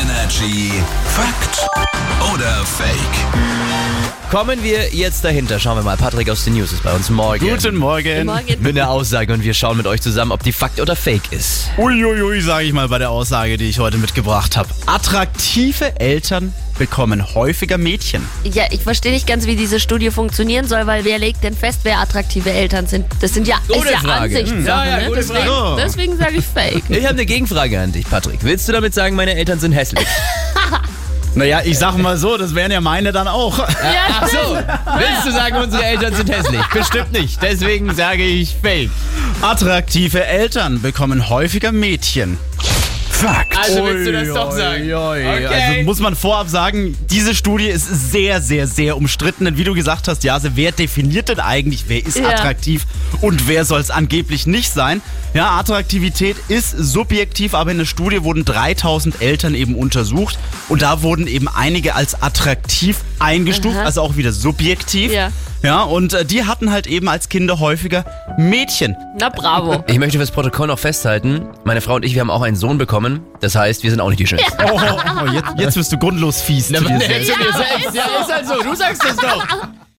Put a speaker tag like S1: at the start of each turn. S1: Energy Fakt oder Fake?
S2: Kommen wir jetzt dahinter. Schauen wir mal. Patrick aus den News ist bei uns morgen.
S3: Guten Morgen.
S2: Mit
S4: Morgen.
S2: einer Aussage und wir schauen mit euch zusammen, ob die Fakt oder Fake ist.
S3: Uiuiui, sage ich mal bei der Aussage, die ich heute mitgebracht habe. Attraktive Eltern bekommen häufiger Mädchen.
S4: Ja, ich verstehe nicht ganz, wie diese Studie funktionieren soll, weil wer legt denn fest, wer attraktive Eltern sind? Das sind ja, ist
S2: Gute
S4: ja
S2: Frage.
S4: Ansichtssache.
S2: Ja, ja,
S4: ne?
S2: gute
S4: deswegen
S3: Frage.
S4: deswegen sage ich Fake.
S2: Ich habe eine Gegenfrage an dich, Patrick. Willst du damit sagen, meine Eltern sind hässlich?
S3: Naja, ich sag mal so, das wären ja meine dann auch.
S2: Ach so. Willst du sagen, unsere Eltern sind hässlich? Bestimmt nicht. Deswegen sage ich Fake.
S3: Attraktive Eltern bekommen häufiger Mädchen.
S1: Fakt.
S2: Also willst du das doch
S3: Ui,
S2: sagen?
S3: ui, ui.
S2: Okay.
S3: Also muss man vorab sagen, diese Studie ist sehr, sehr, sehr umstritten. Denn wie du gesagt hast, Jase, wer definiert denn eigentlich, wer ist
S4: Ja.
S3: attraktiv und wer soll es angeblich nicht sein? Ja, Attraktivität ist subjektiv, aber in der Studie wurden 3000 Eltern eben untersucht und da wurden eben einige als attraktiv eingestuft,
S4: Aha.
S3: also auch wieder subjektiv.
S4: Ja.
S3: Ja, und äh, die hatten halt eben als Kinder häufiger Mädchen.
S4: Na bravo.
S2: Ich möchte fürs Protokoll noch festhalten, meine Frau und ich, wir haben auch einen Sohn bekommen. Das heißt, wir sind auch nicht die Schönsten.
S3: Oh, oh, oh, jetzt, jetzt wirst du grundlos fies zu dir selbst.
S4: Ja, ist so.
S2: Ja, ist halt so. Du also, sagst das doch.